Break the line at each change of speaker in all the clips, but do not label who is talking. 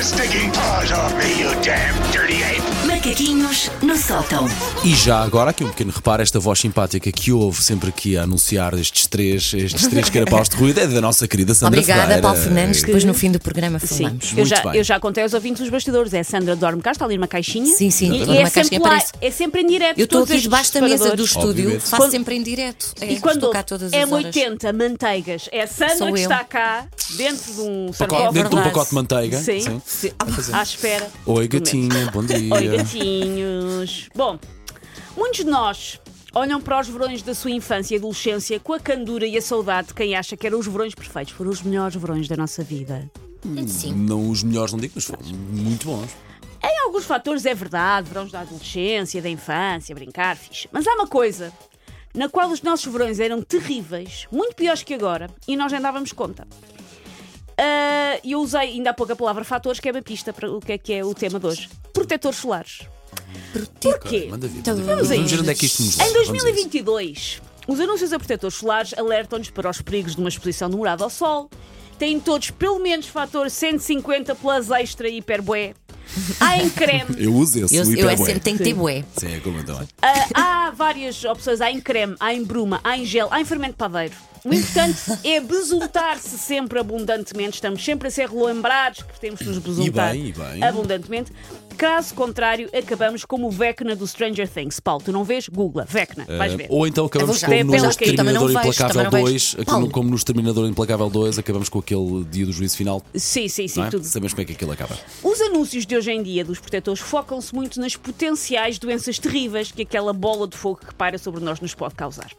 sticking paws off me, you damn dirty ape!
Macaquinhos no sótão.
E já agora aqui um pequeno reparo, esta voz simpática que houve sempre aqui a anunciar estes três, estes três carapaus de ruído é da nossa querida Sandra
Obrigada,
Ferreira. Um
Paulo Fernandes. Depois no fim do programa falamos.
Muito
eu já,
bem.
eu já contei aos ouvintes dos bastidores. É Sandra dorme cá, está ali numa caixinha.
Sim, sim,
e,
dorme
e é,
uma caixinha,
sempre lá,
aparece.
é sempre em direto.
Eu estou
todos
aqui
estes
debaixo da mesa do
separadores.
estúdio,
Obviamente.
faço
Quando-
sempre em direto. É,
E quando
estou cá todas as horas.
M80 manteigas, é a
Sou
Sandra que
eu.
está cá dentro de um
Pacote-
sarcófago.
dentro de um
verdade.
pacote de manteiga.
Sim.
Sim.
Sim.
à espera.
Oi
do momento.
gatinha, bom dia.
Oi, gatinhos. Bom, muitos de nós olham para os verões da sua infância e adolescência com a candura e a saudade de quem acha que eram os verões perfeitos. Foram os melhores verões da nossa vida.
Sim.
Não os melhores, não digo, mas foram muito bons.
Em alguns fatores é verdade, verões da adolescência, da infância, brincar, fixe. Mas há uma coisa na qual os nossos verões eram terríveis, muito piores que agora, e nós nem dávamos conta. Ah, eu usei ainda há pouco a palavra fatores, que é uma pista para o que é que é o tema de hoje. Protetores solares. Porquê?
Manda vir.
Então,
manda vir.
vamos
a
Vamos ver
isso.
onde é que isto nos leva.
Em
Vamos a isso.
2022, os anúncios a protetores solares alertam-nos para os perigos de uma exposição demorada ao sol. Têm todos pelo menos fator 150 plus extra hiperboé. Há em creme,
Eu uso esse,
Eu,
o
eu é
hiperbué.
sempre tenho que ter bué.
Sim, é como eu também.
ah, há várias opções. Há em creme, há em bruma, há em gel, há em fermento padeiro. O importante é besuntar-se sempre abundantemente. Estamos sempre a ser relembrados que temos de nos besuntar
bem, e bem.
abundantemente. Caso contrário, acabamos como o Vecna do Stranger Things. Paulo, tu não vês? Googla, Vecna, vais ver.
Ou então acabamos
Eu
como
vou
no
já. Pelo que-
também
Exterminador
não vejo,
Implacável
também não vejo.
2, aqui no-
Paulo.
como no Exterminador Implacável 2, acabamos com aquele dia do juízo final.
Sim, sim, sim,
Não é?
tudo.
Sabemos como é que aquilo acaba.
Os anúncios de hoje em dia dos protetores focam-se muito nas potenciais doenças terríveis que aquela bola de fogo que paira sobre nós nos pode causar.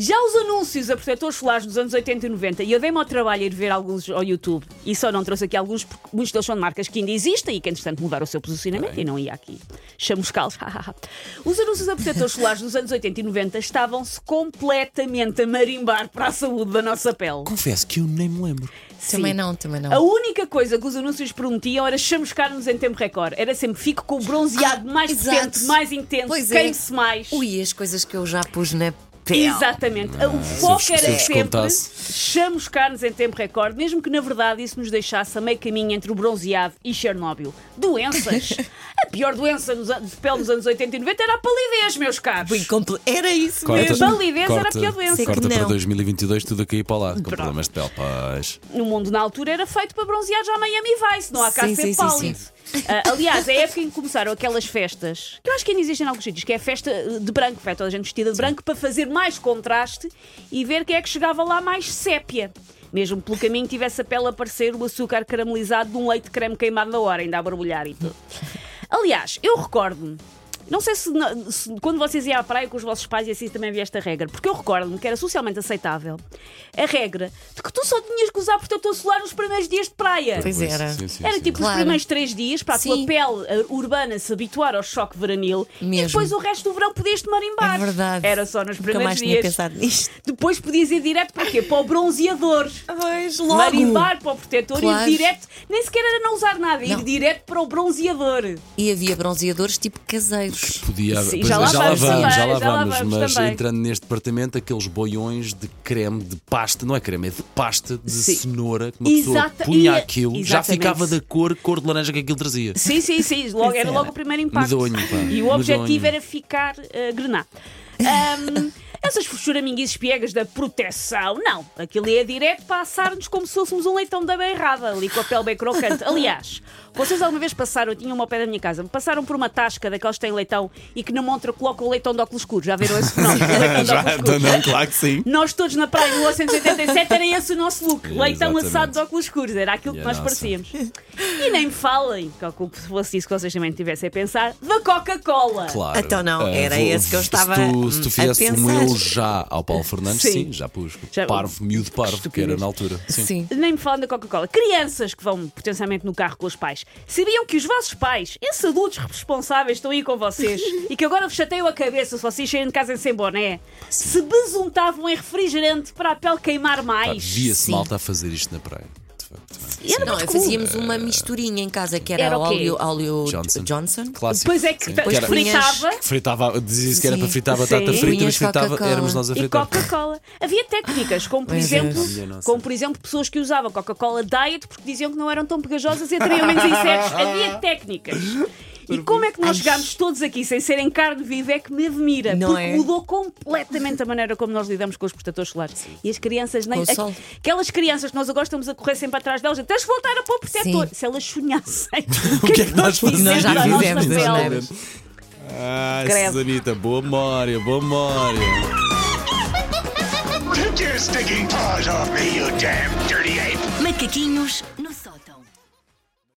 Já os anúncios a protetores solares dos anos 80 e 90, e eu dei-me ao trabalho de ver alguns ao YouTube, e só não trouxe aqui alguns, porque muitos deles são de marcas que ainda existem e que, entretanto, mudaram o seu posicionamento e não ia aqui chamuscá-los. os anúncios a protetores solares dos anos 80 e 90 estavam-se completamente a marimbar para a saúde da nossa pele.
Confesso que eu nem me lembro.
Também
Sim.
não, também
A
não.
única coisa que os anúncios prometiam era chamuscar-nos em tempo recorde. Era sempre fico com o bronzeado
Ah,
mais
exato.
potente, mais intenso,
Pois é.
queime-se mais.
Ui, as coisas que eu já pus na pele.
Exatamente. o foco
eu
era
vos
sempre
contasse.
chamuscar-nos em tempo recorde, mesmo que na verdade isso nos deixasse a meio caminho entre o bronzeado e Chernobyl. Doenças. a pior doença nos an- de pele nos anos 80 e 90 era a palidez, meus caros.
Ui, compl- Era isso
Corta,
mesmo.
Palidez era a pior doença. Sei que
Corta para
não.
2022 tudo a cair para lá, com problemas de pele. Pois.
no mundo na altura era feito para bronzeados à Miami Vice, não há cá
Sim,
ser
sim, sim,
pálido.
sim.
Ah, aliás, é a época em que começaram aquelas festas, que eu acho que ainda existem em alguns sítios, que é a festa eh, de branco, vai toda a gente vestida de branco para fazer mais contraste e ver quem é que chegava lá mais sépia. Mesmo que pelo caminho tivesse a pele a parecer o açúcar caramelizado de um leite creme queimado na hora, ainda a borbulhar e tudo. Aliás, eu recordo-me. Não sei se, na- se quando vocês iam à praia com os vossos pais e assim também havia esta regra, porque eu recordo-me que era socialmente aceitável a regra de que tu só tinhas que usar protetor solar nos primeiros dias de praia.
é.
Pois era.
Sim, sim,
Era
sim.
tipo os
Claro.
primeiros três dias para a tua
Sim.
pele eh, urbana se habituar ao choque veranil e
Mesmo.
depois o resto do verão podias-te marimbar.
É verdade.
Era só nos
Nunca
primeiros
mais
dias.
tinha pensado nisto.
Depois podias ir direto para quê? Para o bronzeador.
Pois,
Marimbar para o protetor
Claro.
e ir direto, nem sequer era não usar nada, ir
Não.
direto para o bronzeador.
E havia bronzeadores tipo caseiros.
Podia,
Sim,
pois,
já lá vamos também,
já lá
já lá
vamos,
vamos
mas
também.
entrando neste departamento, aqueles boiões de creme, de pasta, não é creme, é de pasta de
Sim.
cenoura que uma
Exata-
pessoa punha
e-
aquilo, já
exatamente.
ficava da cor, cor de laranja que aquilo trazia.
Sim, sim, sim. Logo, era logo o primeiro impacto.
é Medonho, pá.
E o
Medonho.
objetivo era ficar uh, grená. Ahm, essas choraminguices piegas da proteção, não. Aquilo ia direto para assar-nos como se fôssemos um leitão da beirrada, ali com a pele bem crocante. Aliás, vocês alguma vez passaram, eu tinha uma ao pé da minha casa, passaram por uma tasca daquelas que têm leitão e que na montra colocam o leitão de óculos escuros. Já viram esse fenómeno? O
Ah,
leitão de óculos escuros.
então claro que sim.
Nós todos na praia de 1987 era esse o nosso look.
É,
Leitão
exatamente.
assado de óculos escuros, era aquilo que
E a
nós
nossa.
parecíamos. E nem me falem, que eu culpo se fosse isso que vocês também tivessem a pensar, da Coca-Cola.
Claro.
Então não,
Ah,
era esse que eu estava,
Se tu, se tu
hum,
fizesse
a
um
pensar.
eu já ao Paulo Fernandes, sim,
Sim.
já pus.
Já-
parvo, miúdo parvo, que era na altura. Sim.
Sim.
Nem me falem da Coca-Cola. Crianças que vão potencialmente no carro com os pais. Sabiam que os vossos pais, esses adultos responsáveis, estão aí com vocês e que agora vos chateiam a cabeça se vocês saírem de casa sem boné? Se besuntavam em refrigerante para a pele queimar
Pá,
mais?
Via-se
Sim.
malta a fazer isto na praia. facto.
Não, eu fazíamos uma misturinha em casa que era,
Era o quê?
óleo, óleo
Johnson.
Johnson.
Clássico.
Depois é que
sim.
depois
era-
fritava
fritava, dizia-se que era
Sim.
para fritar batata
Sim.
frita, mas
Punhas
fritava,
Coca-Cola.
éramos nós a
e
fritar.
Coca-Cola. Havia técnicas, como por
Meu
exemplo,
Deus.
Minha nossa.
como por exemplo pessoas que usavam Coca-Cola Diet porque diziam que não eram tão pegajosas e teriam menos insetos. Havia técnicas. E como é que nós chegámos todos aqui sem serem carne viva é que me admira,
Não
porque
é?
mudou completamente a maneira como nós lidamos com os protetores solares. E as crianças, nem,
Com o sol.
aquelas crianças que nós agora estamos a correr sempre atrás delas, tens que voltar a pôr protetor.
Sim.
Se elas sonhassem,
O que é que nós fazemos?
Nós já
Sim,
Exatamente.
fizemos,
nós
não é?
fazemos.
Ai,
Credo.
Susanita, boa memória, boa memória.
Take your stinking paws off me, you damn dirty ape!
Macaquinhos no